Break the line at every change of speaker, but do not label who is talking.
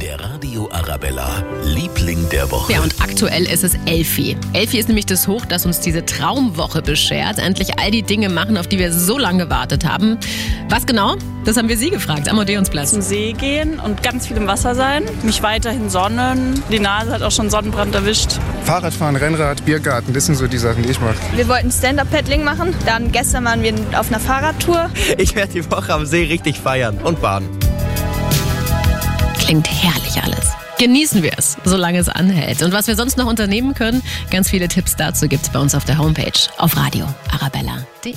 Der Radio Arabella, Liebling der Woche.
Ja, und aktuell ist es Elfi. Elfi ist nämlich das Hoch, das uns diese Traumwoche beschert. Endlich all die Dinge machen, auf die wir so lange gewartet haben. Was genau? Das haben wir Sie gefragt, am Odeonsplatz.
zum See gehen und ganz viel im Wasser sein, mich weiterhin sonnen. Die Nase hat auch schon Sonnenbrand erwischt.
Fahrradfahren, Rennrad, Biergarten, das sind so die Sachen, die ich mache.
Wir wollten Stand-Up-Paddling machen. Dann gestern waren wir auf einer Fahrradtour.
Ich werde die Woche am See richtig feiern und baden.
Klingt herrlich alles. Genießen wir es, solange es anhält. Und was wir sonst noch unternehmen können, ganz viele Tipps dazu gibt's bei uns auf der Homepage auf radioarabella.de.